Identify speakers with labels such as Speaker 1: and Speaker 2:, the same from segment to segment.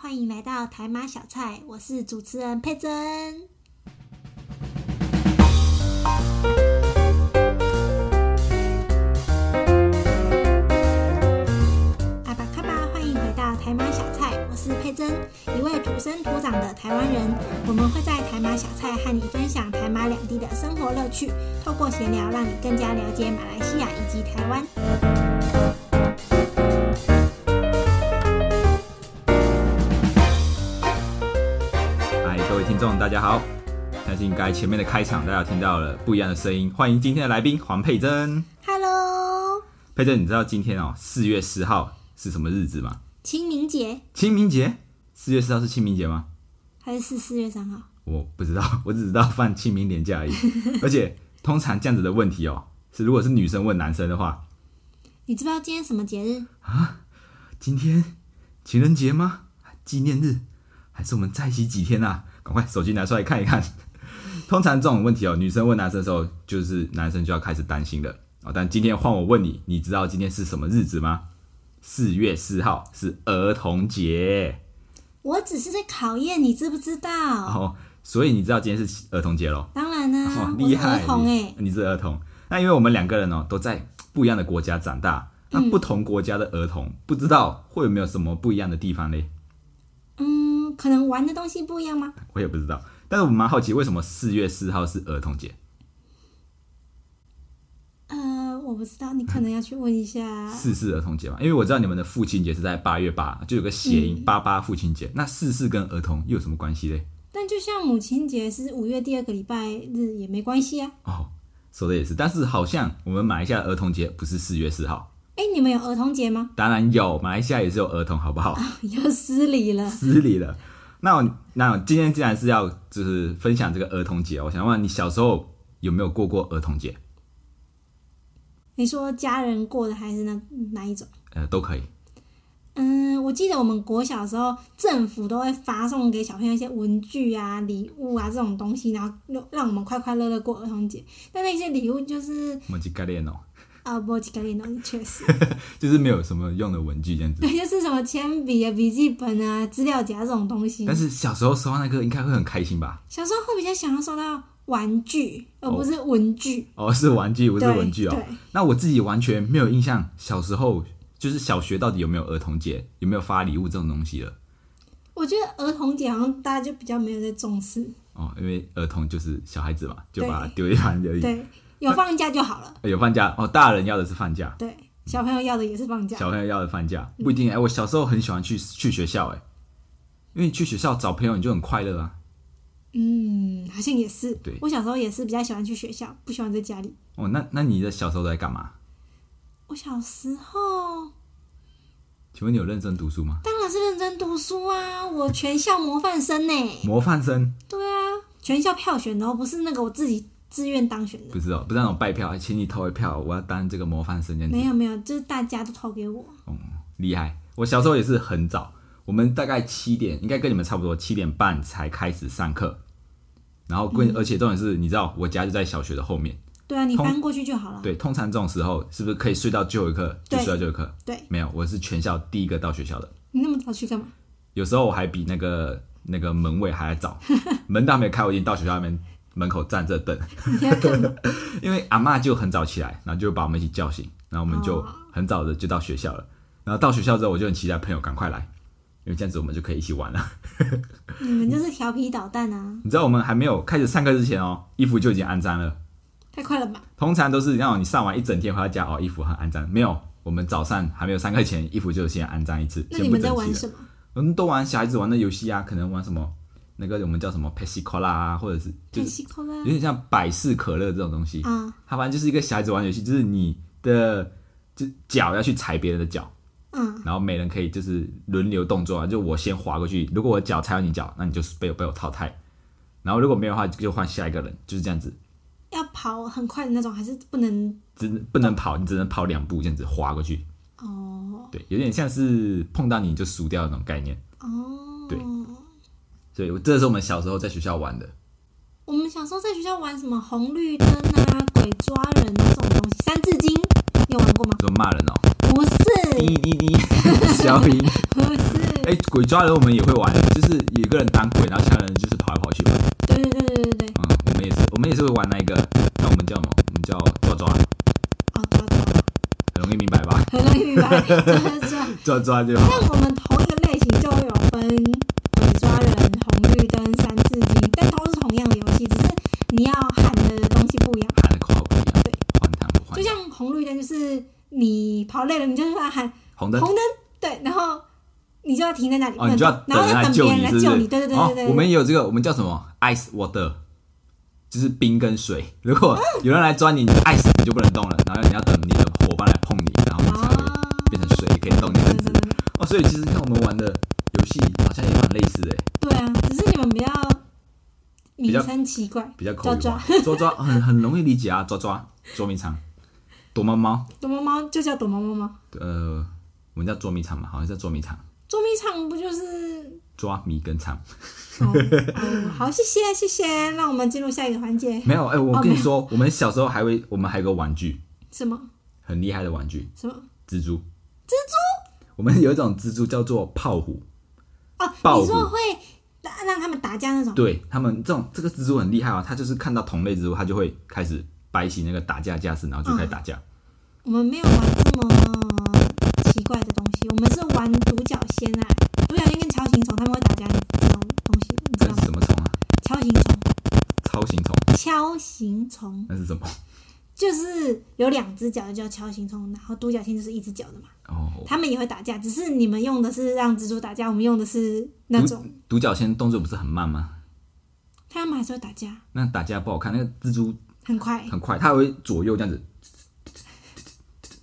Speaker 1: 欢迎来到台马小菜，我是主持人佩珍。阿巴卡巴，欢迎回到台马小菜，我是佩珍，一位土生土长的台湾人。我们会在台马小菜和你分享台马两地的生活乐趣，透过闲聊让你更加了解马来西亚以及台湾。
Speaker 2: 嗨，各位听众，大家好！相信该前面的开场大家有听到了不一样的声音，欢迎今天的来宾黄佩珍。
Speaker 1: Hello，
Speaker 2: 佩珍，你知道今天哦，四月四号是什么日子吗？
Speaker 1: 清明节
Speaker 2: 清明节。四月四号是清明节吗？
Speaker 1: 还是四四月三号？
Speaker 2: 我不知道， 我只知道放清明年假而已。而且通常这样子的问题哦，是如果是女生问男生的话，
Speaker 1: 你知不知道今天什么节日？
Speaker 2: 今天情人节吗？纪念日？还是我们在一起几天啊？赶快手机拿出来看一看。通常这种问题哦，女生问男生的时候，就是男生就要开始担心了哦。但今天换我问你，你知道今天是什么日子吗？四月四号是儿童节
Speaker 1: 我只是在考验你知不知道。
Speaker 2: 哦，所以你知道今天是儿童节喽？
Speaker 1: 当然啦、
Speaker 2: 哦，
Speaker 1: 我
Speaker 2: 厉
Speaker 1: 是
Speaker 2: 害！
Speaker 1: 儿童哎、
Speaker 2: 你你是儿童。那因为我们两个人哦，都在不一样的国家长大，那
Speaker 1: 嗯
Speaker 2: 不同国家的儿童、不知道会有没有什么不一样的地方嘞？
Speaker 1: 嗯，可能玩的东西不一样吗？
Speaker 2: 我也不知道。但是我蛮好奇，为什么四月四号是儿童节？
Speaker 1: 呃，我不知道，你可能要去问一下。
Speaker 2: 四四儿童节嘛？因为我知道你们的父亲节是在八月八，就有个谐音八八父亲节。那四四跟儿童又有什么关系嘞？
Speaker 1: 但就像母亲节是五月第二个礼拜日也没关系啊。
Speaker 2: 哦，说的也是，但是好像我们马来西亚的儿童节不是四月四号，
Speaker 1: 哎、你们有儿童节吗？
Speaker 2: 当然有，马来西亚也是有儿童，好不好？
Speaker 1: 又失礼了。
Speaker 2: 失礼了。那我那我今天既然是要就是分享这个儿童节，我想问你小时候有没有过过儿童节？
Speaker 1: 你说家人过的还是那哪一种？
Speaker 2: 呃，都可以。
Speaker 1: 嗯，我记得我们国小的时候，政府都会发送给小朋友一些文具啊、礼物啊这种东西，然后让让我们快快乐乐过儿童节。但那些礼物就是
Speaker 2: 我们去概念哦，
Speaker 1: 啊，不几个零东西，确实，
Speaker 2: 就是没有什么用的文具这样子。
Speaker 1: 对，就是什么铅笔啊、笔记本啊、资料夹这种东西
Speaker 2: 但。是小时候收到那个应该会很开心吧？
Speaker 1: 小时候会比较想要收到玩具，而
Speaker 2: 哦
Speaker 1: 不是文具。
Speaker 2: 哦，是玩具，不
Speaker 1: 不
Speaker 2: 是文具哦。
Speaker 1: 对，
Speaker 2: 那我自己完全没有印象，小时候就是小学到底有没有儿童节，有没有发礼物这种东西了？
Speaker 1: 我觉得儿童节好像大家就比较没有在重视，
Speaker 2: 哦，因为儿童就是小孩子嘛，就
Speaker 1: 对
Speaker 2: 把它丢一旁而已。
Speaker 1: 对，有放假就好了。
Speaker 2: 呃有放假哦，大人要的是放假，
Speaker 1: 对，小朋友要的也是放假。嗯
Speaker 2: 小朋友要的放假不一定。哎、我小时候很喜欢去去学校，哎，因为你去学校找朋友你就很快乐啊。
Speaker 1: 嗯，好像也是。
Speaker 2: 对
Speaker 1: 我小时候也是比较喜欢去学校，不喜欢在家里。
Speaker 2: 哦，那那你的小时候都在干嘛？
Speaker 1: 我小时候
Speaker 2: 请问你有认真读书吗？
Speaker 1: 当然是认真读书啊，我全校模范生呢、
Speaker 2: 模范生
Speaker 1: 对啊，全校票选的哦，不是那个我自己自愿当选的。
Speaker 2: 不是哦，不是那种拜票，哎请你投一票，我要当这个模范生这样子
Speaker 1: 没。有没有，就是大家都投给我。
Speaker 2: 厉害！我小时候也是很早，我们大概七点，应该跟你们差不多，七点半才开始上课。然后跟、而且重点是，你知道我家就在小学的后面，
Speaker 1: 对啊，你
Speaker 2: 通
Speaker 1: 翻过去就好了。
Speaker 2: 对，通常这种时候是不是可以睡到最后一刻就
Speaker 1: 对
Speaker 2: 睡到最后一刻？
Speaker 1: 对
Speaker 2: 没有，我是全校第一个到学校的，
Speaker 1: 你那么早去干嘛？
Speaker 2: 有时候我还比那个那个门卫还要早， 门都还没开，我已经到学校那边门口站着等，
Speaker 1: 你要干嘛？
Speaker 2: 因为阿嬷就很早起来，然后就把我们一起叫醒，然后我们就
Speaker 1: 哦
Speaker 2: 很早的就到学校了。然后到学校之后，我就很期待朋友赶快来，因为这样子我们就可以一起玩了。
Speaker 1: 你们就是调皮捣蛋啊！
Speaker 2: 你知道我们还没有开始上课之前哦，衣服就已经安脏了。
Speaker 1: 太快了吧？
Speaker 2: 通常都是那种你上完一整天回到家哦，衣服很安脏。没有，我们早上还没有上课前，衣服就先安脏一次，
Speaker 1: 那
Speaker 2: 先
Speaker 1: 你
Speaker 2: 不
Speaker 1: 们在
Speaker 2: 整
Speaker 1: 玩
Speaker 2: 齐了。
Speaker 1: 什么？
Speaker 2: 我们都玩小孩子玩的游戏啊，可能玩什么那个我们叫什么 Pepsi Cola 啊，或者是就
Speaker 1: 太
Speaker 2: 是
Speaker 1: 辛苦啦
Speaker 2: 有！点像百事可乐这种东西。
Speaker 1: 啊
Speaker 2: 它反正就是一个小孩子玩的游戏，就是你的就脚要去踩别人的脚，
Speaker 1: 嗯，
Speaker 2: 然后每人可以就是轮流动作啊，就我先滑过去，如果我脚踩到你脚，那你就是被我被我淘汰。然后如果没有的话，就换下一个人，就是这样子，
Speaker 1: 要跑很快的那种，还是不能
Speaker 2: 只不能跑，你只能跑两步这样子滑过去。
Speaker 1: 哦
Speaker 2: 对，有点像是碰到你就输掉的那种概念。
Speaker 1: 哦。
Speaker 2: 对所以我这是我们小时候在学校玩的。
Speaker 1: 我们小时候在学校玩什么红绿灯啊、鬼抓人这种东西，《三字经》你有玩过吗？
Speaker 2: 说骂人哦，
Speaker 1: 不是，
Speaker 2: 滴滴滴，消音。
Speaker 1: 不是，
Speaker 2: 哎、鬼抓人我们也会玩，就是有一个人当鬼，然后其他人就是跑来跑去玩。
Speaker 1: 对对对对对对，
Speaker 2: 嗯，我们也是，我们也是会玩那一个，那我们叫什么？我们叫抓抓，
Speaker 1: 哦，抓抓，
Speaker 2: 很容易明白吧？
Speaker 1: 很容易明白，抓抓。
Speaker 2: 抓抓就好。
Speaker 1: 但我们同一个类型就有分鬼抓人、红绿灯、三字经，但都是同样的游戏，只是你要喊的东西不一样。
Speaker 2: 喊的口号不一样
Speaker 1: 对，
Speaker 2: 换汤不换
Speaker 1: 就
Speaker 2: 药。
Speaker 1: 像红绿灯，就是你跑累了，你就是要喊
Speaker 2: 红灯
Speaker 1: 红灯，对，然后你就要停在那里，不
Speaker 2: 哦，你
Speaker 1: 能
Speaker 2: 就要
Speaker 1: 动然后
Speaker 2: 人
Speaker 1: 要
Speaker 2: 来
Speaker 1: 等别人
Speaker 2: 你，
Speaker 1: 来
Speaker 2: 是不
Speaker 1: 救
Speaker 2: 是？
Speaker 1: 你。对对对
Speaker 2: 哦
Speaker 1: 对对，
Speaker 2: 我们也有这个，我们叫什么？ice water，就是冰跟水。如果有人来抓你，你 ice 你就不能动了，然后你要等你的伙伴来碰你，然后你才会
Speaker 1: 啊，
Speaker 2: 变成水可以动你
Speaker 1: 对
Speaker 2: 的
Speaker 1: 对
Speaker 2: 子。
Speaker 1: 对
Speaker 2: 哦，所以其实看我们玩的游戏好像也蛮类似的，欸
Speaker 1: 对啊，只是你们比较
Speaker 2: 比较
Speaker 1: 名称奇怪，
Speaker 2: 比较口语
Speaker 1: 抓
Speaker 2: 化。 抓抓很很容易理解啊，抓抓捉迷藏，躲猫猫，
Speaker 1: 躲猫猫就叫躲猫猫吗？
Speaker 2: 呃，我们叫捉迷藏嘛，好像叫捉迷藏，
Speaker 1: 捉迷藏不就是？
Speaker 2: 抓迷跟藏。
Speaker 1: 哦，哦好，谢谢谢谢，让我们进入下一个环节，
Speaker 2: 没有，哎、我
Speaker 1: 哦
Speaker 2: 跟你说，我们小时候还会，我们还有个玩具，
Speaker 1: 什么
Speaker 2: 很厉害的玩具，
Speaker 1: 什么？
Speaker 2: 蜘蛛。蜘蛛，我们有一种蜘蛛叫做炮虎，
Speaker 1: 哦，
Speaker 2: 爆
Speaker 1: 你说
Speaker 2: 谷
Speaker 1: 会让让他们打架那种？
Speaker 2: 对他们这种这个蜘蛛很厉害啊，它就是看到同类蜘蛛，它就会开始摆起那个打架架势，然后就开始打架。
Speaker 1: 我们没有玩这么奇怪的东西，我们是玩独角仙啊，独角仙跟锹形虫他们会打架这种东西，你知
Speaker 2: 这
Speaker 1: 道吗？
Speaker 2: 是什么虫啊？
Speaker 1: 锹形虫，
Speaker 2: 超形虫，
Speaker 1: 锹形虫
Speaker 2: 那是什么？
Speaker 1: 就是有两只脚的叫锹形虫，然后独角仙就是一只脚的嘛，
Speaker 2: 哦，
Speaker 1: 他们也会打架，只是你们用的是让蜘蛛打架，我们用的是那种
Speaker 2: 独角仙动作不是很慢吗？
Speaker 1: 他们还是会打架，
Speaker 2: 那打架不好看，那个蜘蛛
Speaker 1: 很快。
Speaker 2: 很快，它还会左右这样子，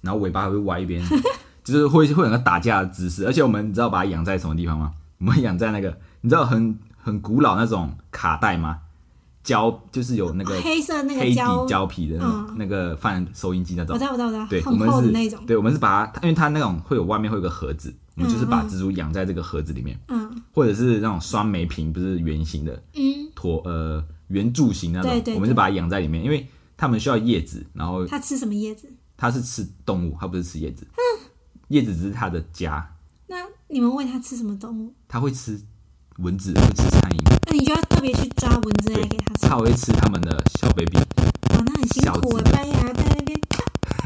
Speaker 2: 然后尾巴还会歪一边， 就是会会有那个打架的姿势。而且我们你知道把它养在什么地方吗？我们养在那个你知道很很古老那种卡带吗？胶就是有那个
Speaker 1: 黑色啊那个
Speaker 2: 黑底
Speaker 1: 胶，
Speaker 2: 胶皮的那种、
Speaker 1: 嗯
Speaker 2: 那个放收音机那
Speaker 1: 我
Speaker 2: 种
Speaker 1: 知。道我知道我知道，
Speaker 2: 对，我
Speaker 1: 很
Speaker 2: 们
Speaker 1: 厚的
Speaker 2: 是，
Speaker 1: 那一种，
Speaker 2: 对，我们是把它，因为它那种会有外面会有个盒子，我们就是把蜘蛛养在这个盒子里面，
Speaker 1: 嗯
Speaker 2: 或者是那种酸梅瓶，不是圆形的，
Speaker 1: 嗯，
Speaker 2: 椭呃圆柱形那种，
Speaker 1: 对对
Speaker 2: 我们
Speaker 1: 对
Speaker 2: 是把它养在里面，因为它们需要叶子，然后
Speaker 1: 它吃什么叶子？
Speaker 2: 它是吃动物，它不是吃叶子，叶子只是它的家，
Speaker 1: 那你们喂它吃什么动物？
Speaker 2: 它会吃蚊子，会吃苍蝇，
Speaker 1: 那你就要特别去抓蚊子来给它吃。
Speaker 2: 它还会吃它们的小 baby，
Speaker 1: 哇，那很辛苦
Speaker 2: 小
Speaker 1: 哎、
Speaker 2: 只
Speaker 1: 半夜还要在那边咔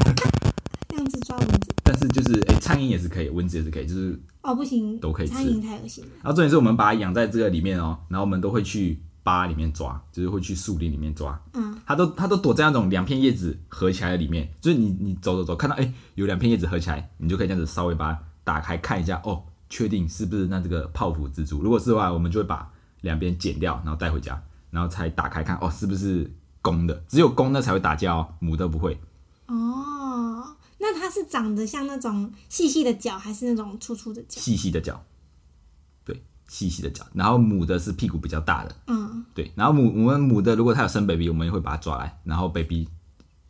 Speaker 1: 咔咔这样子抓蚊子。
Speaker 2: 但是就是哎、苍蝇也是可以，蚊子也是可以，就是
Speaker 1: 哦，不行，
Speaker 2: 都可以吃
Speaker 1: 苍蝇太恶心了。
Speaker 2: 然后重点是我们把它养在这个里面哦，然后我们都会去巴里面抓，就是会去树林里面抓。
Speaker 1: 嗯，
Speaker 2: 它都它都躲在那种两片叶子合起来的里面，就是你你走走走，看到哎有两片叶子合起来，你就可以这样子稍微把它打开看一下哦，确定是不是那这个泡芙蜘蛛？如果是的话，我们就会把两边剪掉，然后带回家，然后才打开看哦是不是公的，只有公的才会打架哦，母的不会。
Speaker 1: 哦，那它是长得像那种细细的脚，还是那种粗粗的脚？
Speaker 2: 细细的脚，对，细细的脚。然后母的是屁股比较大的，
Speaker 1: 嗯，
Speaker 2: 对。然后母我们母的如果它有生 baby，我们也会把它抓来，然后 baby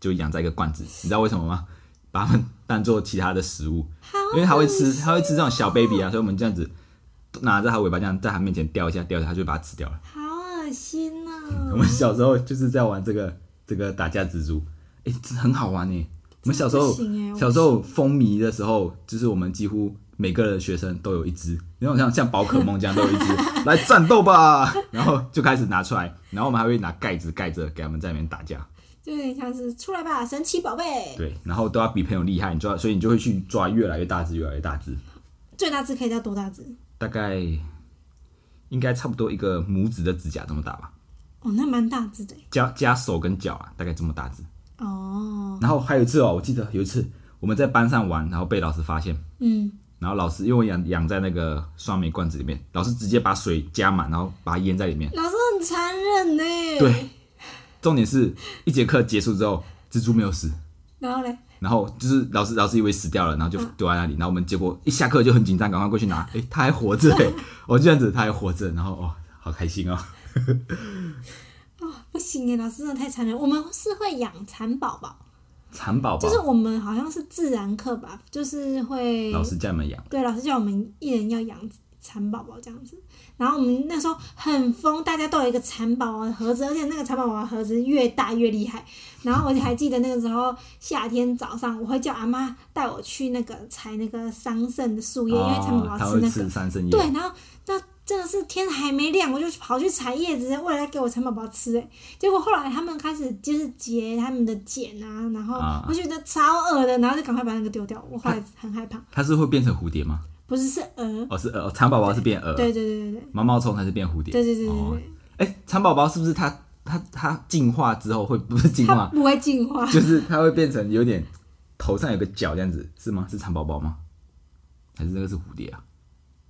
Speaker 2: 就养在一个罐子。你知道为什么吗？把它们 当做其他的食物，
Speaker 1: 好，
Speaker 2: 因为它会吃，它会吃这种小 baby 啊，所以我们这样子拿着它尾巴这样在它面前叼一下，叼一下，它就把它吃掉了。
Speaker 1: 好恶心哦呐、
Speaker 2: 我们小时候就是在玩这个这个打架蜘蛛，哎、真的很好玩呢、我们小时候
Speaker 1: 真的不行欸
Speaker 2: 小时候风靡的时候，就是我们几乎每个学生都有一只，然后像像宝可梦这样都有 一只，来战斗吧，然后就开始拿出来，然后我们还会拿盖子盖着给他们在里面打架，
Speaker 1: 就有点像是出来吧，神奇宝贝，
Speaker 2: 对，然后都要比朋友厉害，你就要，所以你就会去抓越来越大只，越来越大只，
Speaker 1: 最大只可以到多大只？
Speaker 2: 大概应该差不多一个拇指的指甲这么大吧，
Speaker 1: 哦，那蛮大只的欸。
Speaker 2: 加加手跟脚啊，大概这么大只。
Speaker 1: 哦，
Speaker 2: 然后还有一次哦，我记得有一次我们在班上玩，然后被老师发现，
Speaker 1: 嗯，
Speaker 2: 然后老师因为我养养在那个酸梅罐子里面，老师直接把水加满，然后把它淹在里面。
Speaker 1: 老师很残忍呢。
Speaker 2: 对，重点是一节课结束之后，蜘蛛没有死，
Speaker 1: 然后嘞，
Speaker 2: 然后就是老师老师以为死掉了，然后就
Speaker 1: 嗯
Speaker 2: 丢在那里，然后我们结果一下课就很紧张，赶快过去拿，诶，它还活着诶，我就这样子它还活着，然后哦，好开心哦。
Speaker 1: 不行哎，老师真的太残忍。我们是会养蚕宝宝。
Speaker 2: 蚕宝宝，
Speaker 1: 就是我们好像是自然课吧，就是会
Speaker 2: 老师叫你们养，
Speaker 1: 对老师叫我们一人要养蚕宝宝这样子。然后我们那时候很疯，大家都有一个蚕宝宝的盒子，而且那个蚕宝宝的盒子越大越厉害。然后我就还记得那个时候夏天早上，我会叫阿妈带我去那个采那个桑葚的树叶，因为蚕宝
Speaker 2: 哦
Speaker 1: 宝
Speaker 2: 它
Speaker 1: 吃
Speaker 2: 会
Speaker 1: 那
Speaker 2: 吃
Speaker 1: 个。
Speaker 2: 三生叶，
Speaker 1: 对，然后那真的是天还没亮，我就跑去采叶子，为了给我蚕宝宝吃、欸。结果后来他们开始就是结他们的茧啊，然后
Speaker 2: 啊
Speaker 1: 我觉得超恶的，然后就赶快把那个丢掉。我后来很害怕，
Speaker 2: 它是会变成蝴蝶吗？
Speaker 1: 不是是蛾，
Speaker 2: 哦，是呃，蚕宝宝是变蛾，
Speaker 1: 对对对对对
Speaker 2: 毛毛虫才是变蝴蝶。
Speaker 1: 对对对对
Speaker 2: 哦
Speaker 1: 对，
Speaker 2: 哎，蚕宝宝是不是它它它进化之后会不是进
Speaker 1: 它
Speaker 2: 化，
Speaker 1: 不会进化，
Speaker 2: 就是它会变成有点头上有个角这样子，是吗？是蚕宝宝吗？还是那个是蝴蝶啊？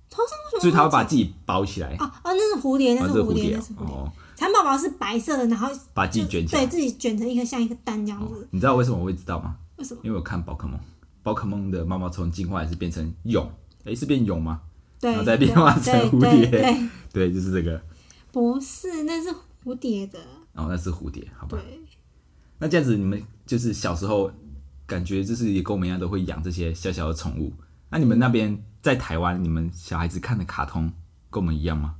Speaker 1: 头上为什么？
Speaker 2: 所以它会把自己包起来，
Speaker 1: 哦哦，那是蝴蝶，
Speaker 2: 哦
Speaker 1: 那
Speaker 2: 这
Speaker 1: 是
Speaker 2: 是
Speaker 1: 蝴蝶，
Speaker 2: 蝶
Speaker 1: 那
Speaker 2: 啊
Speaker 1: 是蝴蝶。
Speaker 2: 哦，
Speaker 1: 蚕宝宝是白色的，然后
Speaker 2: 把自己卷起来哦
Speaker 1: 对。自己卷成一个像一个蛋这样子。
Speaker 2: 你知道为什么我会知道吗？
Speaker 1: 为什么？
Speaker 2: 因为我看宝可梦，宝可梦的毛毛虫进化也是变成蛹，哎，是变蛹吗？
Speaker 1: 对
Speaker 2: 然后再变化成
Speaker 1: 对
Speaker 2: 蝴
Speaker 1: 对
Speaker 2: 蝶
Speaker 1: 对，
Speaker 2: 对，就是这个。
Speaker 1: 不是，那是蝴蝶的。
Speaker 2: 哦，那是蝴蝶，好吧？
Speaker 1: 对，
Speaker 2: 那这样子，你们就是小时候感觉就是也跟我们一样都会养这些小小的宠物。那你们那边在台湾，你们小孩子看的卡通跟我们一样吗？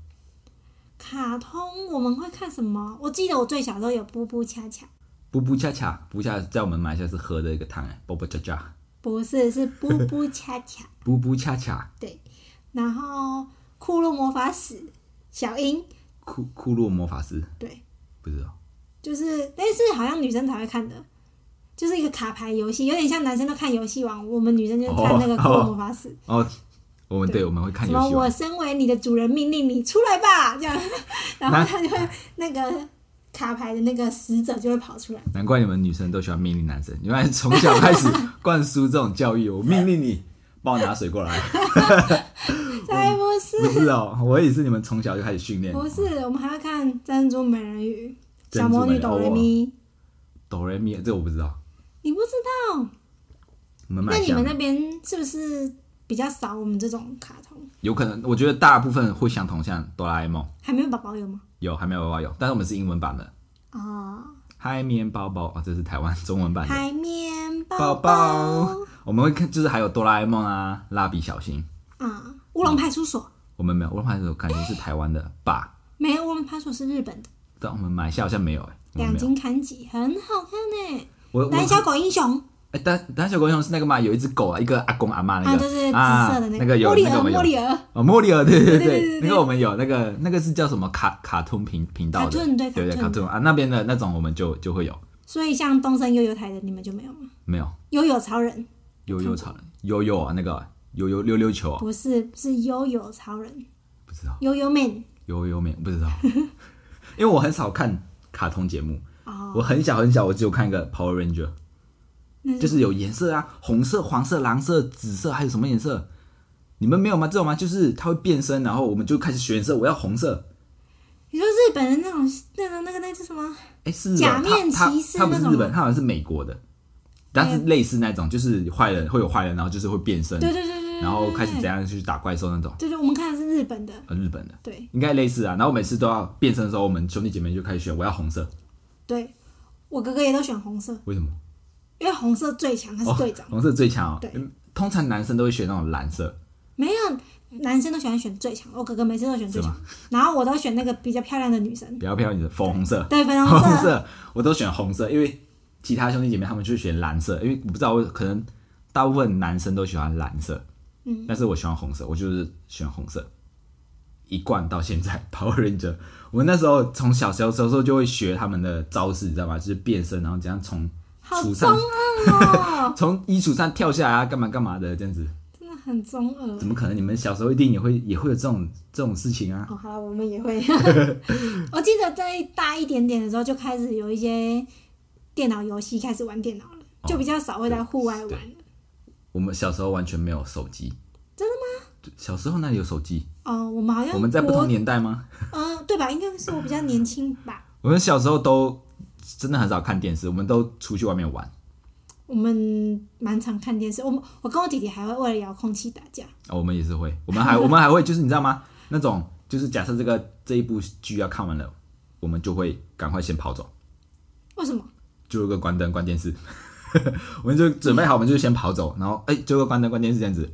Speaker 1: 卡通我们会看什么？我记得我最小时候有布布恰恰，
Speaker 2: 布布恰恰，布恰恰在我们马来西亚是喝的一个汤，哎，布布恰恰，
Speaker 1: 不是是布布恰恰，
Speaker 2: 布布恰恰，
Speaker 1: 然后库洛魔法使小樱，
Speaker 2: 库库洛魔法师，
Speaker 1: 对，
Speaker 2: 不知道
Speaker 1: 就是但是好像女生才会看的，就是一个卡牌游戏，有点像男生都看游戏王，我们女生就看那个
Speaker 2: 哦
Speaker 1: 库洛魔法使。
Speaker 2: 哦。我们对
Speaker 1: 对
Speaker 2: 我们会看
Speaker 1: 什
Speaker 2: 游
Speaker 1: 么？
Speaker 2: 戏王
Speaker 1: 我身为你的主人，命令你出来吧， 这样，然后他就会那个卡牌的那个使者就会跑 出来。
Speaker 2: 难怪你们女生都喜欢命令男生，原来从小开始灌输这种教育。我命令你帮我拿水过来，
Speaker 1: 才哎不是，
Speaker 2: 不是哦，我也是你们从小就开始训练。
Speaker 1: 不是，我们还要看《珍珠美人鱼》《
Speaker 2: 珍
Speaker 1: 小
Speaker 2: 珠
Speaker 1: 魔
Speaker 2: 美
Speaker 1: 女
Speaker 2: 人
Speaker 1: 哆
Speaker 2: 哦
Speaker 1: 瑞咪》，
Speaker 2: 哆来咪，这我不知道。
Speaker 1: 你不知道？
Speaker 2: 我们买
Speaker 1: 那你
Speaker 2: 下
Speaker 1: 们那边是不是比较少我们这种卡通？
Speaker 2: 有可能，我觉得大部分会相同，像哆啦 A 梦
Speaker 1: 海绵宝宝有吗？
Speaker 2: 有，还没有娃娃有，但是我们是英文版的。
Speaker 1: 啊、
Speaker 2: 嗨，面包包哦，这是台湾中文版的。
Speaker 1: 海绵宝
Speaker 2: 宝宝我们会看，就是还有哆啦 A 梦啊，蜡笔小新。
Speaker 1: 啊，乌龙派出所
Speaker 2: 我们没有，我好像感觉是台湾的吧，
Speaker 1: 没有，乌龙派出所是日本的，
Speaker 2: 但我们买下好像没有哎、我们
Speaker 1: 两
Speaker 2: 没有。
Speaker 1: 金砍戟很好看呢。
Speaker 2: 我我
Speaker 1: 胆小狗英雄
Speaker 2: 哎，胆胆小狗英雄是那个嘛，有一只狗啊，一个阿公阿妈那
Speaker 1: 啊，
Speaker 2: 个，
Speaker 1: 对对，
Speaker 2: 啊
Speaker 1: 紫色的那
Speaker 2: 那个有
Speaker 1: 莫里
Speaker 2: 那个
Speaker 1: 尔，
Speaker 2: 我们有
Speaker 1: 莫里尔，
Speaker 2: 哦，莫里尔，对对
Speaker 1: 对对对对
Speaker 2: 那个我们有，那个那个是叫什么卡卡通频频道的，
Speaker 1: Cartoon，对
Speaker 2: 对对
Speaker 1: Cartoon
Speaker 2: 卡啊，那边的那种我们就就会有，
Speaker 1: 所以像东森悠悠台的你们就没有吗？
Speaker 2: 没有
Speaker 1: 悠悠超人
Speaker 2: 悠悠草悠悠啊，那个悠悠溜溜球啊，
Speaker 1: 不是，是悠悠超人，
Speaker 2: 不知道
Speaker 1: 悠悠 man
Speaker 2: 悠悠没有不知道， 因为我很少看卡通节目，
Speaker 1: 哦，
Speaker 2: 我很小很小我只有看一个 Power Ranger，
Speaker 1: 那是
Speaker 2: 就是有颜色啊，红色、黄色、蓝色、紫色，还有什么颜色？你们没有吗？这种吗？就是它会变身，然后我们就开始选颜色，我要红色。
Speaker 1: 你说日本人那种那个那个那叫什么？
Speaker 2: 哎，是日本
Speaker 1: 假面
Speaker 2: 它它
Speaker 1: 骑士
Speaker 2: 它不是
Speaker 1: 那种哎
Speaker 2: 日本，它好像是美国的，但是类似那种，就是坏人会有坏人，然后就是会变身，
Speaker 1: 对对对对对，
Speaker 2: 然后开始怎
Speaker 1: 对
Speaker 2: 样去打怪兽那种，
Speaker 1: 对对，我们看的是日本的，
Speaker 2: 呃，日本的
Speaker 1: 对
Speaker 2: 应该类似啊。然后每次都要变身的时候，我们兄弟姐妹就开始选我要红色，
Speaker 1: 对，我哥哥也都选红色，
Speaker 2: 为什么？哦
Speaker 1: 因为红色最强，他是队长。
Speaker 2: 红色最强哦。
Speaker 1: 对
Speaker 2: 嗯通常男生都会选那种蓝色，
Speaker 1: 没有男生都喜欢选最强，我哥哥每次都选最强，然后我都选那个比较漂亮的女生，
Speaker 2: 比较漂亮的粉红色，
Speaker 1: 对，粉红
Speaker 2: 红
Speaker 1: 色。
Speaker 2: 色，我都选红色，因为其他兄弟姐妹他们就选蓝色，因为我不知道为，可能大部分男生都喜欢蓝色，嗯，但是我喜欢红色，我就是选红色，一贯到现在 Power Ranger，我那时候从小小小时候就会学他们的招式，你知道吗？就是变身，然后怎样从
Speaker 1: 好
Speaker 2: 储
Speaker 1: 中
Speaker 2: 上
Speaker 1: 二哦，
Speaker 2: 从衣橱上跳下来啊，干嘛干嘛的这样子，
Speaker 1: 真的很中二。
Speaker 2: 怎么可能？你们小时候一定也会也会有这种这种事情啊？
Speaker 1: 哦，好了，我们也 会。我记得在大一点点的时候，就开始有一些电脑游戏开始玩电脑了，就比较少会在户外
Speaker 2: 哦
Speaker 1: 玩了。
Speaker 2: 我们小时候完全没有手机，
Speaker 1: 真
Speaker 2: 的吗？小时候哪里有手机？
Speaker 1: 哦，我们好像
Speaker 2: 我们在不
Speaker 1: 国
Speaker 2: 同年代吗？
Speaker 1: 嗯、对吧？应该是我比较年轻吧。
Speaker 2: 我们小时候都真的很少看电视，我们都出去外面玩。
Speaker 1: 我们蛮常看电视，我们我跟我弟弟还会为了遥控器打架。
Speaker 2: 哦，我们也是会，我 们还我们还会就是你知道吗？那种就是假设这个这一部剧要看完了，我们就会赶快先跑走，
Speaker 1: 为什么？
Speaker 2: 就有个关灯关电视， 我们就准备好，我们就先跑走，然后哎，就个关灯关电视这样子。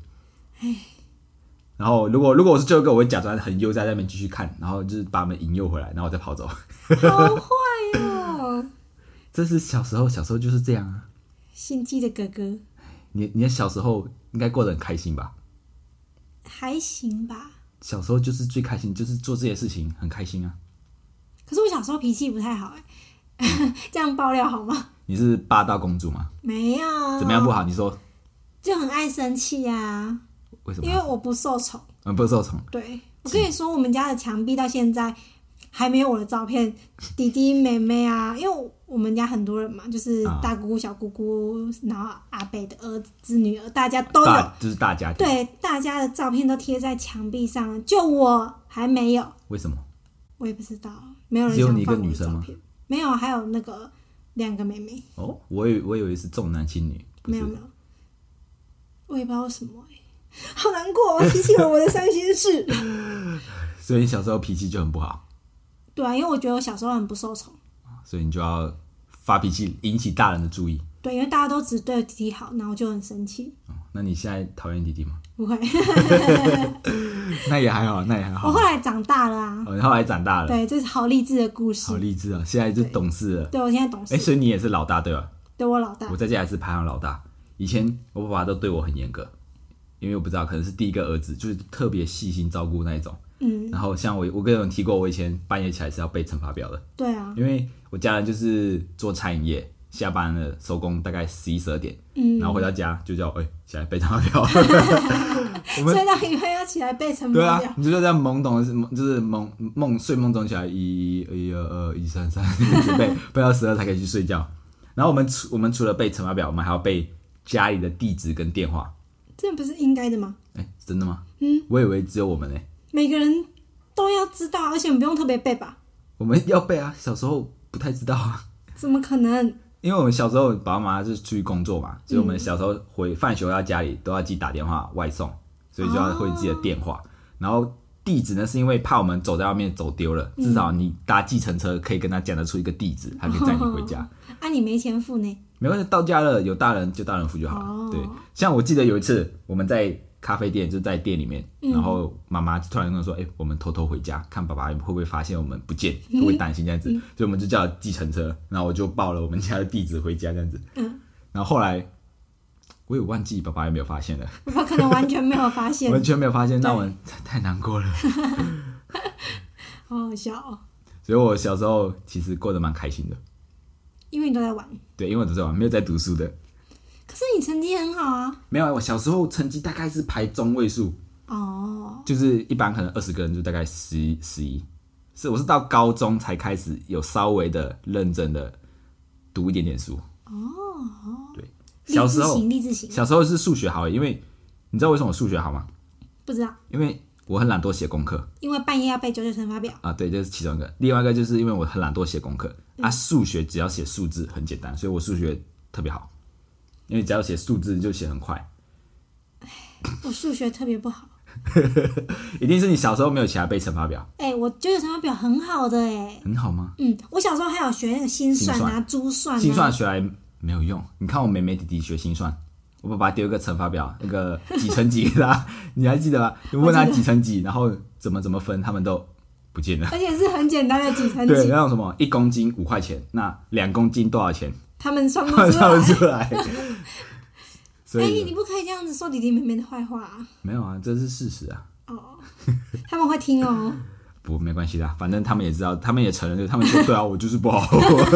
Speaker 2: 然后如果如果我是最后一个，我会假装很悠哉在那边继续看，然后就是把他们引诱回来，然后我再跑走。
Speaker 1: 好坏哦，
Speaker 2: 这是小时候，小时候就是这样啊。
Speaker 1: 心机的哥哥
Speaker 2: 你你的小时候应该过得很开心吧？
Speaker 1: 还行吧。
Speaker 2: 小时候就是最开心，就是做这些事情很开心啊。
Speaker 1: 可是我小时候脾气不太好哎、 这样爆料好 吗？
Speaker 2: 你是霸道公主吗？
Speaker 1: 没有，
Speaker 2: 怎么样不好？你说
Speaker 1: 就很爱生气呀、啊，
Speaker 2: 为什么
Speaker 1: 因？为我不受宠。
Speaker 2: 嗯，不受宠。
Speaker 1: 对，我跟你说，我们家的墙壁到现在还没有我的照片， 弟弟、妹妹啊，因为我们家很多人嘛，就是
Speaker 2: 啊
Speaker 1: 大姑姑、小姑姑，然后阿伯的儿子、女儿，大家都有。
Speaker 2: 大就是大家庭。
Speaker 1: 对，大家的照片都贴在墙壁上，就我还没有，
Speaker 2: 为什么？
Speaker 1: 我也不知道，没有人
Speaker 2: 只有
Speaker 1: 想
Speaker 2: 你一个
Speaker 1: 放我
Speaker 2: 女
Speaker 1: 的
Speaker 2: 生
Speaker 1: 照
Speaker 2: 吗
Speaker 1: 片。没有，还有那个两个妹妹，
Speaker 2: 哦，我以我以为是重男轻女，不
Speaker 1: 没
Speaker 2: 是
Speaker 1: 有没有，我也不知道为什么、欸，好难过、哦，提起了我的伤心事。
Speaker 2: 所以你小时候脾气就很不好，
Speaker 1: 对啊，因为我觉得我小时候很不受宠。
Speaker 2: 所以你就要发脾气，引起大人的注意。
Speaker 1: 对，因为大家都只对弟弟好，然后就很生气。
Speaker 2: 哦那你现在讨厌弟弟吗？
Speaker 1: 不会，
Speaker 2: 那也还好，那也还
Speaker 1: 我
Speaker 2: 好
Speaker 1: 后。来长大了啊。
Speaker 2: 哦，你后来长大了，
Speaker 1: 对，这是好励志的故事
Speaker 2: 好。励志啊！现在就懂事了。
Speaker 1: 对我现在懂事
Speaker 2: 哎，，所以你也是老大对吧？
Speaker 1: 对我老大
Speaker 2: 我。在家也是排行老大。以前我爸爸都对我很严格，因为我不知道，可能是第一个儿子，就是特别细心照顾那一种。
Speaker 1: 嗯，
Speaker 2: 然后像我，我跟你们提过，我以前半夜起来是要被惩罚表的，
Speaker 1: 对啊，
Speaker 2: 因为我家人就是做餐饮业，下班了收工大概十一十二点，
Speaker 1: 嗯
Speaker 2: 然后回到家就叫哎、起来被惩罚表，我
Speaker 1: 所
Speaker 2: 们
Speaker 1: 以到以后要起来背成
Speaker 2: 对
Speaker 1: 罚
Speaker 2: 啊
Speaker 1: 表，，
Speaker 2: 你就在懵懂的是就是懵梦睡梦中起来一一一二二一三三，一直背背到十二才可以去睡觉。然后我们除我们除了背乘法表，我们还要背家里的地址跟电话。
Speaker 1: 这不是应该的吗？
Speaker 2: 哎，真的吗？嗯，我以为只有我们呢、
Speaker 1: 每个人都要知道，而且不用特别背吧？
Speaker 2: 我们要背啊，小时候不太知道啊。
Speaker 1: 怎么可能？
Speaker 2: 因为我们小时候爸爸妈妈是出去工作嘛，所以我们小时候回放学回到家里都要自己打电话外送，所以就要会自己的电话。然后地址呢，是因为怕我们走在外面走丢了，至少你搭计程车可以跟他讲得出一个地址，他可以载你回家。
Speaker 1: 啊，你没钱付呢？
Speaker 2: 没关系，到家了有大人就大人付就好了。
Speaker 1: 哦
Speaker 2: 对，像我记得有一次我们在咖啡店，就在店里面，
Speaker 1: 嗯
Speaker 2: 然后妈妈突然跟我说：“哎、我们偷偷回家，看爸爸会不会发现我们不见，
Speaker 1: 嗯
Speaker 2: 会不会担心这样子。所以我们就叫计程车，然后我就报了我们家的地址回家这样子。
Speaker 1: 嗯，
Speaker 2: 然后后来我也忘记爸爸有没有发现了，
Speaker 1: 我可能完全没有发现，
Speaker 2: 完全没有发现，
Speaker 1: 对
Speaker 2: 那我太太难过了。
Speaker 1: 好好笑哦，
Speaker 2: 所以我小时候其实过得蛮开心的，
Speaker 1: 因为你都在玩。
Speaker 2: 对，因为我都在玩，没有在读书的。
Speaker 1: 可是你成绩很好啊。
Speaker 2: 没有啊，我小时候成绩大概是排中位数。
Speaker 1: 哦，
Speaker 2: 就是一般可能二十个人就大概十十一，是我是到高中才开始有稍微的认真的读一点点书。哦，对，
Speaker 1: 励
Speaker 2: 小时
Speaker 1: 志
Speaker 2: 候
Speaker 1: 型，励志型，
Speaker 2: 小时候是数学好，因为你知道为什么我数学好吗？
Speaker 1: 不知道，
Speaker 2: 因为我很懒惰写功课
Speaker 1: 因为半夜要背九九乘法表。
Speaker 2: 啊，对，这、是其中一个。另外一个就是因为我很懒惰写功课啊，数学只要写数字很简单，所以我数学特别好，因为只要写数字就写很快。
Speaker 1: 我数学特别不好。
Speaker 2: 一定是你小时候没有起来背乘法表，
Speaker 1: 哎、我九九乘法表很好的哎、
Speaker 2: 很好吗？
Speaker 1: 嗯，我小时候还有学那个心算
Speaker 2: 心
Speaker 1: 啊、珠算啊。
Speaker 2: 心算学来没有用。你看我妹妹弟弟学心算，我爸爸丢一个乘法表，那个几乘几给他， 你还记得吧？你问他几乘几，然后怎么怎么分，他们都不见了。
Speaker 1: 而且是很简单的几乘
Speaker 2: 对，
Speaker 1: 几，
Speaker 2: 那种什么一公斤五块钱，那两公斤多少钱？
Speaker 1: 他们算不
Speaker 2: 算
Speaker 1: 出
Speaker 2: 不
Speaker 1: 来。
Speaker 2: 出来。所
Speaker 1: 哎、
Speaker 2: 以
Speaker 1: 你不可以这样子说弟弟妹妹的坏话、啊、
Speaker 2: 没有啊，这是事实啊。
Speaker 1: 哦，他们会听哦。
Speaker 2: 不，没关系啦，反正他们也知道，他们也承认，就是他们说对啊，我就是不好。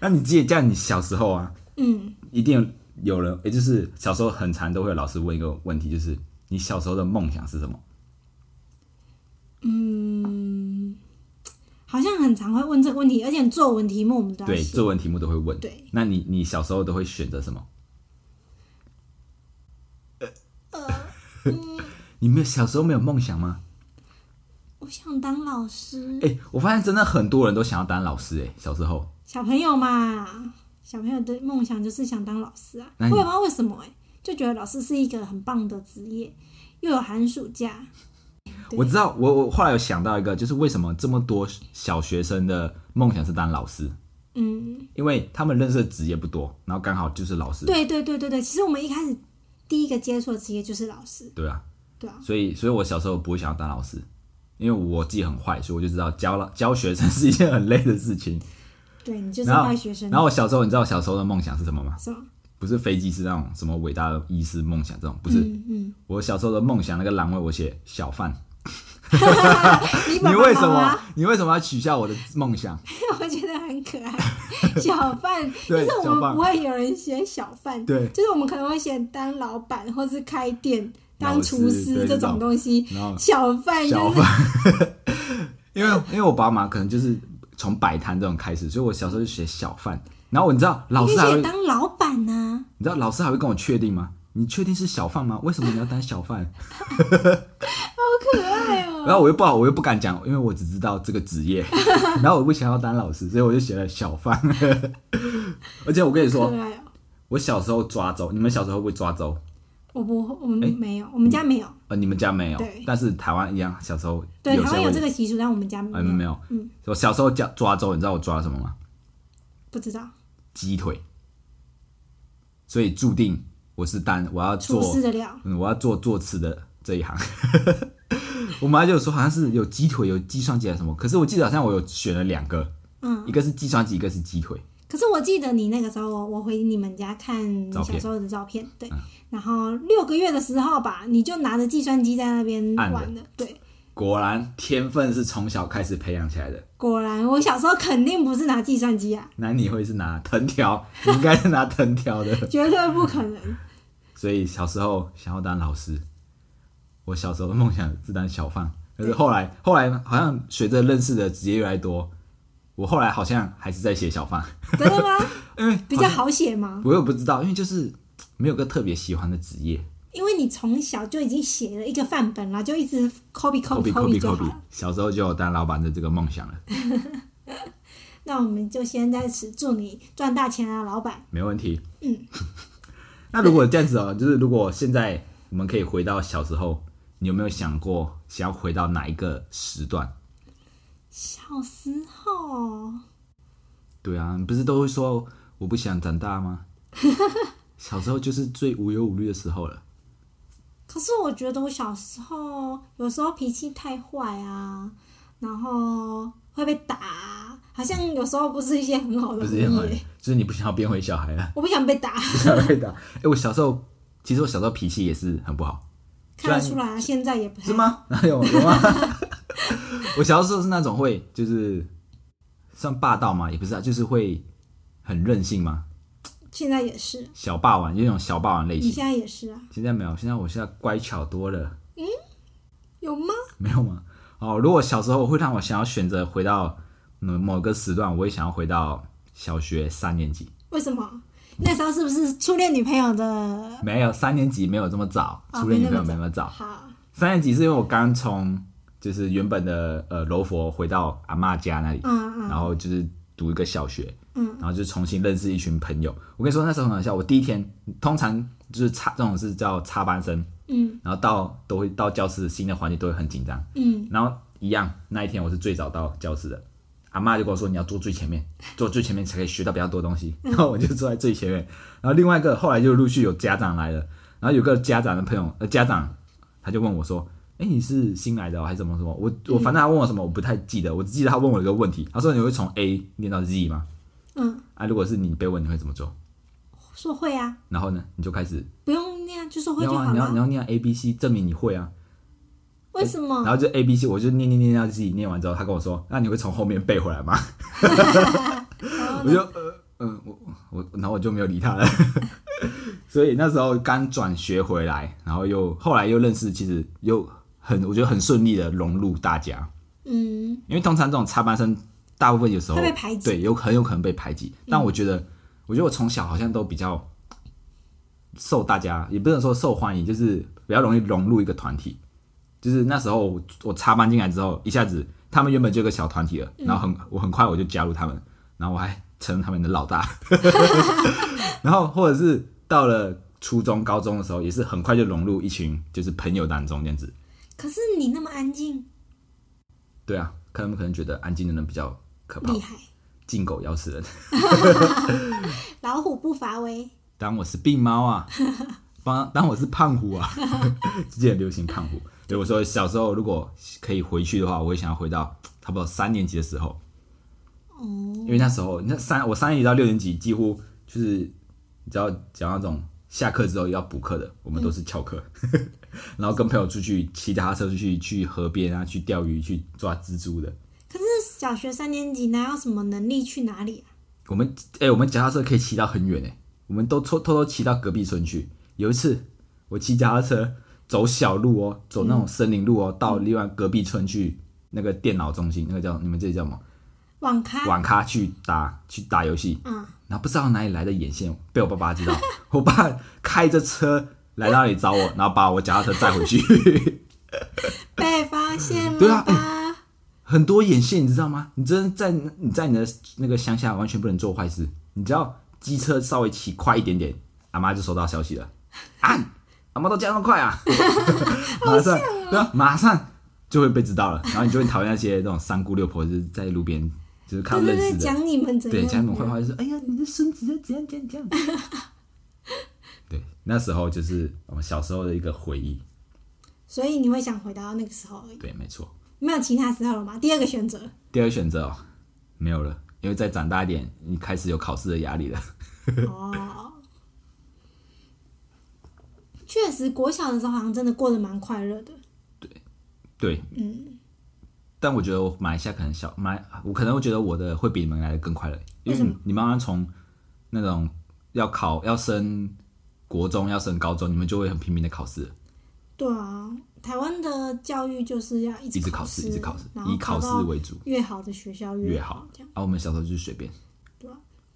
Speaker 2: 那你记得，像你小时候啊，
Speaker 1: 嗯，
Speaker 2: 一定有人，也就是小时候很常都会有老师问一个问题，就是你小时候的梦想是什么？
Speaker 1: 好像很常会问这个问题，而且作文题目我们都要
Speaker 2: 对，
Speaker 1: 写。
Speaker 2: 作文题目都会问。
Speaker 1: 对，
Speaker 2: 那你你小时候都会选择什么？
Speaker 1: 呃 嗯
Speaker 2: 你没有小时候没有梦想吗？
Speaker 1: 我想当老师，
Speaker 2: 哎、我发现真的很多人都想要当老师、哎，小时候
Speaker 1: 小朋友嘛，小朋友的梦想就是想当老师啊。我
Speaker 2: 那
Speaker 1: 也
Speaker 2: 你
Speaker 1: 不知道为什么哎、就觉得老师是一个很棒的职业，又有寒暑假。对
Speaker 2: 我知道，我我后来有想到一个，就是为什么这么多小学生的梦想是当老师，
Speaker 1: 嗯，
Speaker 2: 因为他们认识的职业不多，然后刚好就是老师。
Speaker 1: 对对对对对，其实我们一开始第一个接触的职业就是老师。
Speaker 2: 对啊，
Speaker 1: 对啊，
Speaker 2: 所以所以我小时候不会想要当老师，因为我自己很坏，所以我就知道教了教学生是一件很累的事情。
Speaker 1: 对你 就是
Speaker 2: 然后
Speaker 1: 坏学生。
Speaker 2: 然后我小时候，你知道我小时候的梦想是什么吗？
Speaker 1: 什么？
Speaker 2: 不是飞机是那种什么伟大的医师梦想这种，不是。
Speaker 1: 嗯 嗯，
Speaker 2: 我小时候的梦想那个栏位我写小贩，
Speaker 1: 你
Speaker 2: 你
Speaker 1: 爸爸
Speaker 2: 为什
Speaker 1: 妈妈
Speaker 2: 么？你为什么要取笑我的梦想？
Speaker 1: 我觉得很可爱。小贩，但
Speaker 2: 对
Speaker 1: 是我
Speaker 2: 小
Speaker 1: 们
Speaker 2: 贩
Speaker 1: 不会有人写小贩，
Speaker 2: 对
Speaker 1: 就是我们可能会写当老板或是开店、当
Speaker 2: 老
Speaker 1: 厨
Speaker 2: 师
Speaker 1: 师
Speaker 2: 对
Speaker 1: 这
Speaker 2: 这
Speaker 1: 种
Speaker 2: 种
Speaker 1: 东西。
Speaker 2: 然后
Speaker 1: 小贩
Speaker 2: 小
Speaker 1: 就是
Speaker 2: 贩，因为因为我爸妈可能就是从摆摊这种开始，所以我小时候就写小贩。然后你知道老
Speaker 1: 你
Speaker 2: 师还
Speaker 1: 可以写，
Speaker 2: 会
Speaker 1: 当老板啊呐、
Speaker 2: 你知道老师还会跟我确定吗？你确定是小贩吗？为什么你要当小贩？
Speaker 1: 好可爱哦、
Speaker 2: 然后我又不好，我又不敢讲，因为我只知道这个 职业，然后我不想要当老师，所以我就写了小贩。 而且我跟你
Speaker 1: 好
Speaker 2: 说
Speaker 1: 可，爱哦、
Speaker 2: 我小时候抓周，你们小时候会不会抓周？
Speaker 1: 我不，我们
Speaker 2: 哎
Speaker 1: 没有，我们家没有。
Speaker 2: 呃，你们家没有
Speaker 1: 对，
Speaker 2: 但是台湾一样，小时候
Speaker 1: 对，台
Speaker 2: 些
Speaker 1: 湾有
Speaker 2: 会
Speaker 1: 这个习俗，但我们家没有。
Speaker 2: 嗯没有。
Speaker 1: 嗯，
Speaker 2: 我小时候抓抓周，你知道我抓什么吗？
Speaker 1: 不知道
Speaker 2: 鸡腿。所以注定我是单，我要
Speaker 1: 厨
Speaker 2: 做，
Speaker 1: 师的料，
Speaker 2: 嗯，我要做做吃的这一行。 我妈就说好像是有鸡腿，有计算机还是什么，可是我记得好像我有选了两个，
Speaker 1: 嗯。
Speaker 2: 一个是计算机，一个是鸡腿。
Speaker 1: 可是我记得你那个时候，我回你们家看
Speaker 2: 照片
Speaker 1: 小时候的照片，对。
Speaker 2: 嗯
Speaker 1: 然后六个月的时候吧，你就拿着计算机在那边
Speaker 2: 按
Speaker 1: 玩的，对。
Speaker 2: 果然天分是从小开始培养起来的。
Speaker 1: 果然，我小时候肯定不是拿计算机啊，
Speaker 2: 那你会是拿藤条，你应该是拿藤条的。
Speaker 1: 绝对不可 能。
Speaker 2: 所以小时候想要当老师，我小时候的梦想是当小贩，可是后来后来好像随着认识的职业越来越多，我后来好像还是在写小贩，
Speaker 1: 真的吗？
Speaker 2: 因为
Speaker 1: 比较好写吗？
Speaker 2: 我也不知道，因为就是没有个特别喜欢的职业。
Speaker 1: 因为你从小就已经写了一个范本啦，就一直 copy
Speaker 2: Kobe
Speaker 1: copy
Speaker 2: Kobe
Speaker 1: copy 就好
Speaker 2: Kobe，
Speaker 1: 了。
Speaker 2: 小时候就有当老板的这个梦想了，
Speaker 1: 那我们就先在此祝你赚大钱啊，老板！
Speaker 2: 没问题。
Speaker 1: 嗯，
Speaker 2: 那如果这样子哦，就是如果现在我们可以回到小时候，你有没有想过想要回到哪一个时段？
Speaker 1: 小时候，
Speaker 2: 对啊，你不是都会说我不想长大吗？小时候就是最无忧无虑的时候了。
Speaker 1: 可是我觉得我小时候有时候脾气太坏啊，然后会被打啊，好像有时候不是一些很好的
Speaker 2: 不
Speaker 1: 回
Speaker 2: 是很好，
Speaker 1: 忆。
Speaker 2: 就是你不想要变回小孩了，
Speaker 1: 我不想被打，
Speaker 2: 不想被打。哎、我小时候，其实我小时候脾气也是很不好，
Speaker 1: 看得出来啊，现在也不太
Speaker 2: 是吗？哪有有吗？我小时候是那种会就是算霸道嘛，也不是啊，就是会很任性嘛，
Speaker 1: 现在也是，
Speaker 2: 小霸王，有一种小霸王类
Speaker 1: 你
Speaker 2: 型。
Speaker 1: 现在也是啊，
Speaker 2: 现在没有，现在我现在乖巧多了，
Speaker 1: 有吗？
Speaker 2: 没有吗？哦，如果小时候会让我想要选择回到某某个时段，我也想要回到小学三年级。
Speaker 1: 为什么？那时候是不是初恋女朋友的？
Speaker 2: 没有，三年级没有这么早，
Speaker 1: 哦
Speaker 2: 初恋
Speaker 1: 没
Speaker 2: 女
Speaker 1: 那
Speaker 2: 朋友
Speaker 1: 么
Speaker 2: 哦没那么早。
Speaker 1: 好，
Speaker 2: 三年级是因为我刚从就是原本的呃柔佛回到阿嬷家那里，
Speaker 1: 嗯
Speaker 2: 然
Speaker 1: 嗯
Speaker 2: 后就是读一个小学，
Speaker 1: 嗯，
Speaker 2: 然后就重新认识一群朋友。我跟你说那时候很好笑，我第一天通常就是插这种是叫插班生，
Speaker 1: 嗯
Speaker 2: 然后到都会到教室新的环境都会很紧张，
Speaker 1: 嗯，
Speaker 2: 然后一样，那一天我是最早到教室的，阿妈就跟我说你要坐最前面，坐最前面才可以学到比较多东西。
Speaker 1: 嗯
Speaker 2: 然后我就坐在最前面，然后另外一个后来就陆续有家长来了，然后有个家长的朋友，呃，家长他就问我说。哎，你是新来的、哦、还是什么什么？
Speaker 1: 嗯
Speaker 2: 我我反正他问我什么，我不太记得，我只记得他问我一个问题，他说你会从 A 念到 Z 吗？
Speaker 1: 嗯，
Speaker 2: 啊，如果是你被问，你会怎么做？
Speaker 1: 说会啊，
Speaker 2: 然后呢，你就开始
Speaker 1: 不用那样，就说
Speaker 2: 你
Speaker 1: 会就
Speaker 2: 要啊
Speaker 1: 好
Speaker 2: 你要你
Speaker 1: 了。
Speaker 2: 要念 A B C，证明你会啊。
Speaker 1: 为什么
Speaker 2: 然？后就 A B C，我就念念念到自己念完之后，他跟我说：“那你会从后面背回来吗？” 我就呃嗯，我我然后我就没有理他了。 所以那时候刚转学回来，然后又后来又认识，其实又很我觉得很顺利的融入大家，
Speaker 1: 嗯，
Speaker 2: 因为通常这种插班生大部分有时候
Speaker 1: 会被排挤嗯
Speaker 2: 对，有很有可能被排挤。但我觉得，我觉得我从小好像都比较受大家，也不能说受欢迎，就是比较容易融入一个团体。就是那时候我我插班进来之后，一下子他们原本就有个小团体
Speaker 1: 嗯
Speaker 2: 了，然后很我很快我就加入他们，然后我还成了他们的 老大。然后或者是到了初中、高中的时候，也是很快就融入一群就是朋友当中这样子。
Speaker 1: 可是你那么安静，
Speaker 2: 对啊，他们可能觉得安静的人比较可怕
Speaker 1: 厉，害，
Speaker 2: 进狗咬死人。
Speaker 1: 老虎不乏为。
Speaker 2: 当我是病猫啊！帮当我是胖虎啊， 之前很流行胖虎。所以我说小时候如果可以回去的话，我会想要回到差不多三年级的时候，
Speaker 1: 哦，
Speaker 2: 因为那时候那三我三年级到六年级几乎就是你知道讲那种下课之后要补课的，我们都是翘课， 然后跟朋友出去骑脚踏车出去去河边啊，去钓鱼去抓蜘蛛的。
Speaker 1: 可是小学三年级哪有什么能力去哪里啊？
Speaker 2: 我们哎、我们脚踏车可以骑到很远哎、我们都偷偷偷骑到隔壁村去。有一次我骑脚踏车走小路哦，走那种森林路哦，到另外隔壁村去那个电脑中心，那个叫你们这里叫什么？
Speaker 1: 网咖，
Speaker 2: 网咖去打去打游戏，
Speaker 1: 嗯，
Speaker 2: 然后不知道哪里来的眼线，被我爸爸知道，我爸开着车来那里找我，然后把我脚踏车载回去。
Speaker 1: 被发现
Speaker 2: 对
Speaker 1: 了
Speaker 2: 啊
Speaker 1: 吧？
Speaker 2: 很多眼线，你知道吗？你真的在你在你的那个乡下完全不能做坏事，你只要机车稍微骑快一点点，阿妈就收到消息了，啊，阿妈都加那么 快啊，马上、对
Speaker 1: 哦
Speaker 2: 啊，马上就会被知道了，然后你就会讨厌那些那种三姑六婆，就是在路边就是看
Speaker 1: 对
Speaker 2: 不
Speaker 1: 对对，
Speaker 2: 认识的，
Speaker 1: 讲你们怎样？
Speaker 2: 对，讲你们坏话，就说哎呀，你的孙子要怎样怎样怎 样。对，那时候就是我们小时候的一个回忆，
Speaker 1: 所以你会想回到那个时候而已，
Speaker 2: 对，没错。
Speaker 1: 没有其他时候了吗？第二个选 择，
Speaker 2: 第二选择、哦、没有了，因为再长大一点，你开始有考试的压力了。
Speaker 1: 哦，确实，国小的时候好像真的过得蛮快乐的。
Speaker 2: 对，嗯。但我觉得我马来西亚可能小马来，我可能会觉得我的会比你们来的更快乐，
Speaker 1: 为
Speaker 2: 因为
Speaker 1: 什么
Speaker 2: 你你慢慢从那种要考要升国中要升高中，你们就会很拼命的考试了，
Speaker 1: 对啊，台湾的教育就是要一
Speaker 2: 一
Speaker 1: 直
Speaker 2: 直
Speaker 1: 考
Speaker 2: 考试，一直考试
Speaker 1: 然，
Speaker 2: 以
Speaker 1: 后
Speaker 2: 考
Speaker 1: 到
Speaker 2: 试为主。
Speaker 1: 越好的学校
Speaker 2: 越
Speaker 1: 好
Speaker 2: 好。
Speaker 1: 这样，
Speaker 2: 啊，我们小时候就是随便，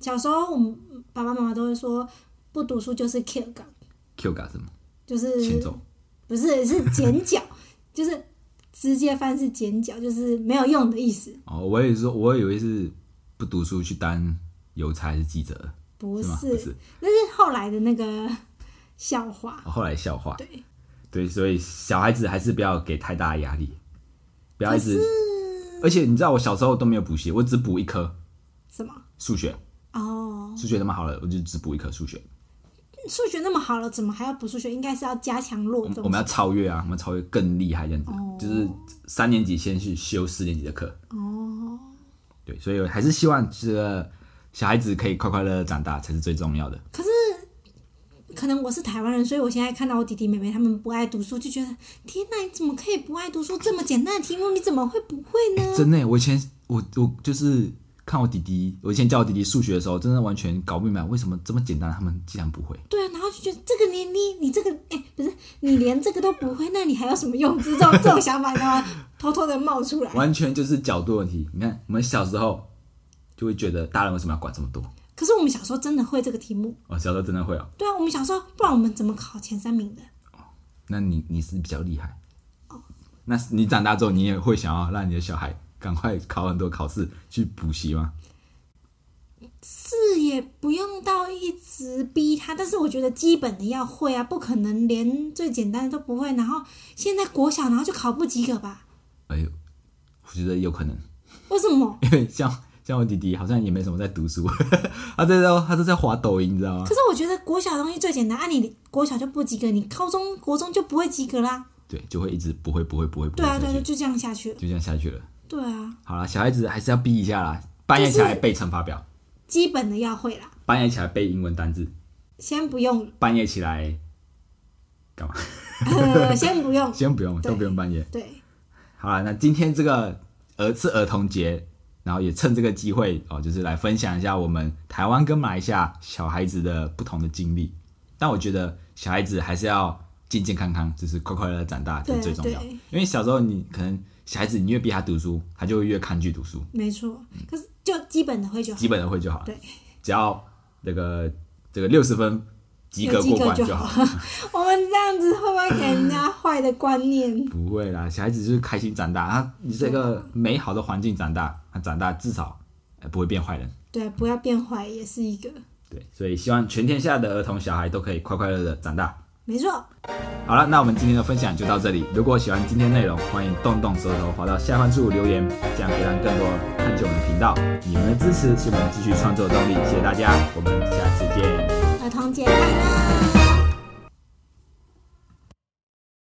Speaker 1: 小时候我们爸爸妈妈都会说，不读书就是 kill 岗，
Speaker 2: Q 嘎什么
Speaker 1: 就
Speaker 2: 前
Speaker 1: 是
Speaker 2: 奏，
Speaker 1: 不是是剪脚，就是直接翻是剪脚，就是没有用的意思。
Speaker 2: 哦，我也是说，我以为是不读书去当邮差还是记者，
Speaker 1: 不
Speaker 2: 是吗？不是，
Speaker 1: 那是后来的那个笑话。
Speaker 2: 后来笑话。
Speaker 1: 对，
Speaker 2: 对，所以小孩子还是不要给太大的压力，不要一直。而且你知道，我小时候都没有补习，我只补一科
Speaker 1: 什么？
Speaker 2: 数学，
Speaker 1: 哦，
Speaker 2: 数学他妈好了，我就只补一科数学。
Speaker 1: 数学那么好了，怎么还要补数学？应该是要加强弱
Speaker 2: 我们
Speaker 1: 中。
Speaker 2: 我们要超越啊，我们超越更厉害这样子，
Speaker 1: 哦
Speaker 2: 就是三年级先去修四年级的课。
Speaker 1: 哦，
Speaker 2: 对，所以我还是希望这个小孩子可以快快乐乐长大才是最重要的。
Speaker 1: 可是可能我是台湾人，所以我现在看到我弟弟妹妹他们不爱读书，就觉得天哪，你怎么可以不爱读书？这么简单的题目，你怎么会不会呢？
Speaker 2: 真的耶，我以前我我就是看我弟弟，我以前教我弟弟数学的时候，真的完全搞不明白为什么这么简单他们竟然不会。
Speaker 1: 对啊，然后就觉得这个你你你这个哎、不是你连这个都不会，那你还有什么用？这种这种想法，你知道吗？偷偷的冒出来。
Speaker 2: 完全就是角度问题。你看，我们小时候就会觉得大人为什么要管这么多？
Speaker 1: 可是我们小时候真的会这个题目，
Speaker 2: 哦，小时候真的会哦。
Speaker 1: 对啊，我们小时候不然我们怎么考前三名的？
Speaker 2: 那你你是比较厉害。
Speaker 1: 哦
Speaker 2: 那你长大之后，你也会想要让你的小孩赶快考很多考试去补习吗？
Speaker 1: 是也不用到一直逼他，但是我觉得基本的要会啊，不可能连最简单的都不会。然后现在国小然后就考不及格吧？
Speaker 2: 哎呦，我觉得有可能，
Speaker 1: 为什么？
Speaker 2: 因为像像我弟弟好像也没什么在读书， 他在他都在滑抖音，你知道吗
Speaker 1: 可？是我觉得国小的东西最简单，啊，你国小就不及格，你高中国中就不会及格啦。
Speaker 2: 对，就会一直不会不会不会不
Speaker 1: 对
Speaker 2: 会
Speaker 1: 啊，对
Speaker 2: 下
Speaker 1: 啊，
Speaker 2: 去，
Speaker 1: 就这样下去了。
Speaker 2: 就这样下去了。
Speaker 1: 对啊，
Speaker 2: 好了，小孩子还是要逼一下啦，半夜起来
Speaker 1: 就是
Speaker 2: 背乘法表，
Speaker 1: 基本的要会啦，
Speaker 2: 半夜起来背英文单字，
Speaker 1: 先不 用，
Speaker 2: 半夜起来干嘛？
Speaker 1: 呃，先不用。
Speaker 2: 先不用，
Speaker 1: 对
Speaker 2: 都不用半夜。
Speaker 1: 对，
Speaker 2: 好了，那今天这个儿是儿童节，然后也趁这个机会哦，就是来分享一下我们台湾跟马来西亚小孩子的不同的经历。但我觉得小孩子还是要健健康康，就是快快乐乐长大这
Speaker 1: 对
Speaker 2: 是最重要。
Speaker 1: 对
Speaker 2: 因为小时候你可能小孩子你越逼他读书，他就会越抗拒读书，
Speaker 1: 没错。可是就基本的会就好
Speaker 2: 基。本的会就好了
Speaker 1: 对。
Speaker 2: 只要那个这个六十分及格
Speaker 1: 有及
Speaker 2: 过
Speaker 1: 格
Speaker 2: 关
Speaker 1: 就
Speaker 2: 就好。
Speaker 1: 我们这样子会不会给人家坏的观念？
Speaker 2: 不会啦，小孩子就是开心长大，他你这个美好的环境长大，他长大至少呃不会变坏人。
Speaker 1: 对，不要变坏也是一个。
Speaker 2: 对，所以希望全天下的儿童小孩都可以快快乐乐地长大。
Speaker 1: 没错，
Speaker 2: 好了，那我们今天的分享就到这里。如果喜欢今天内容，欢迎动动手指头滑到下方处留言，这样可以让更多人看见我们的频道。你们的支持是我们继续创作的动力，谢谢大家，我们下次见。
Speaker 1: 儿童节快乐！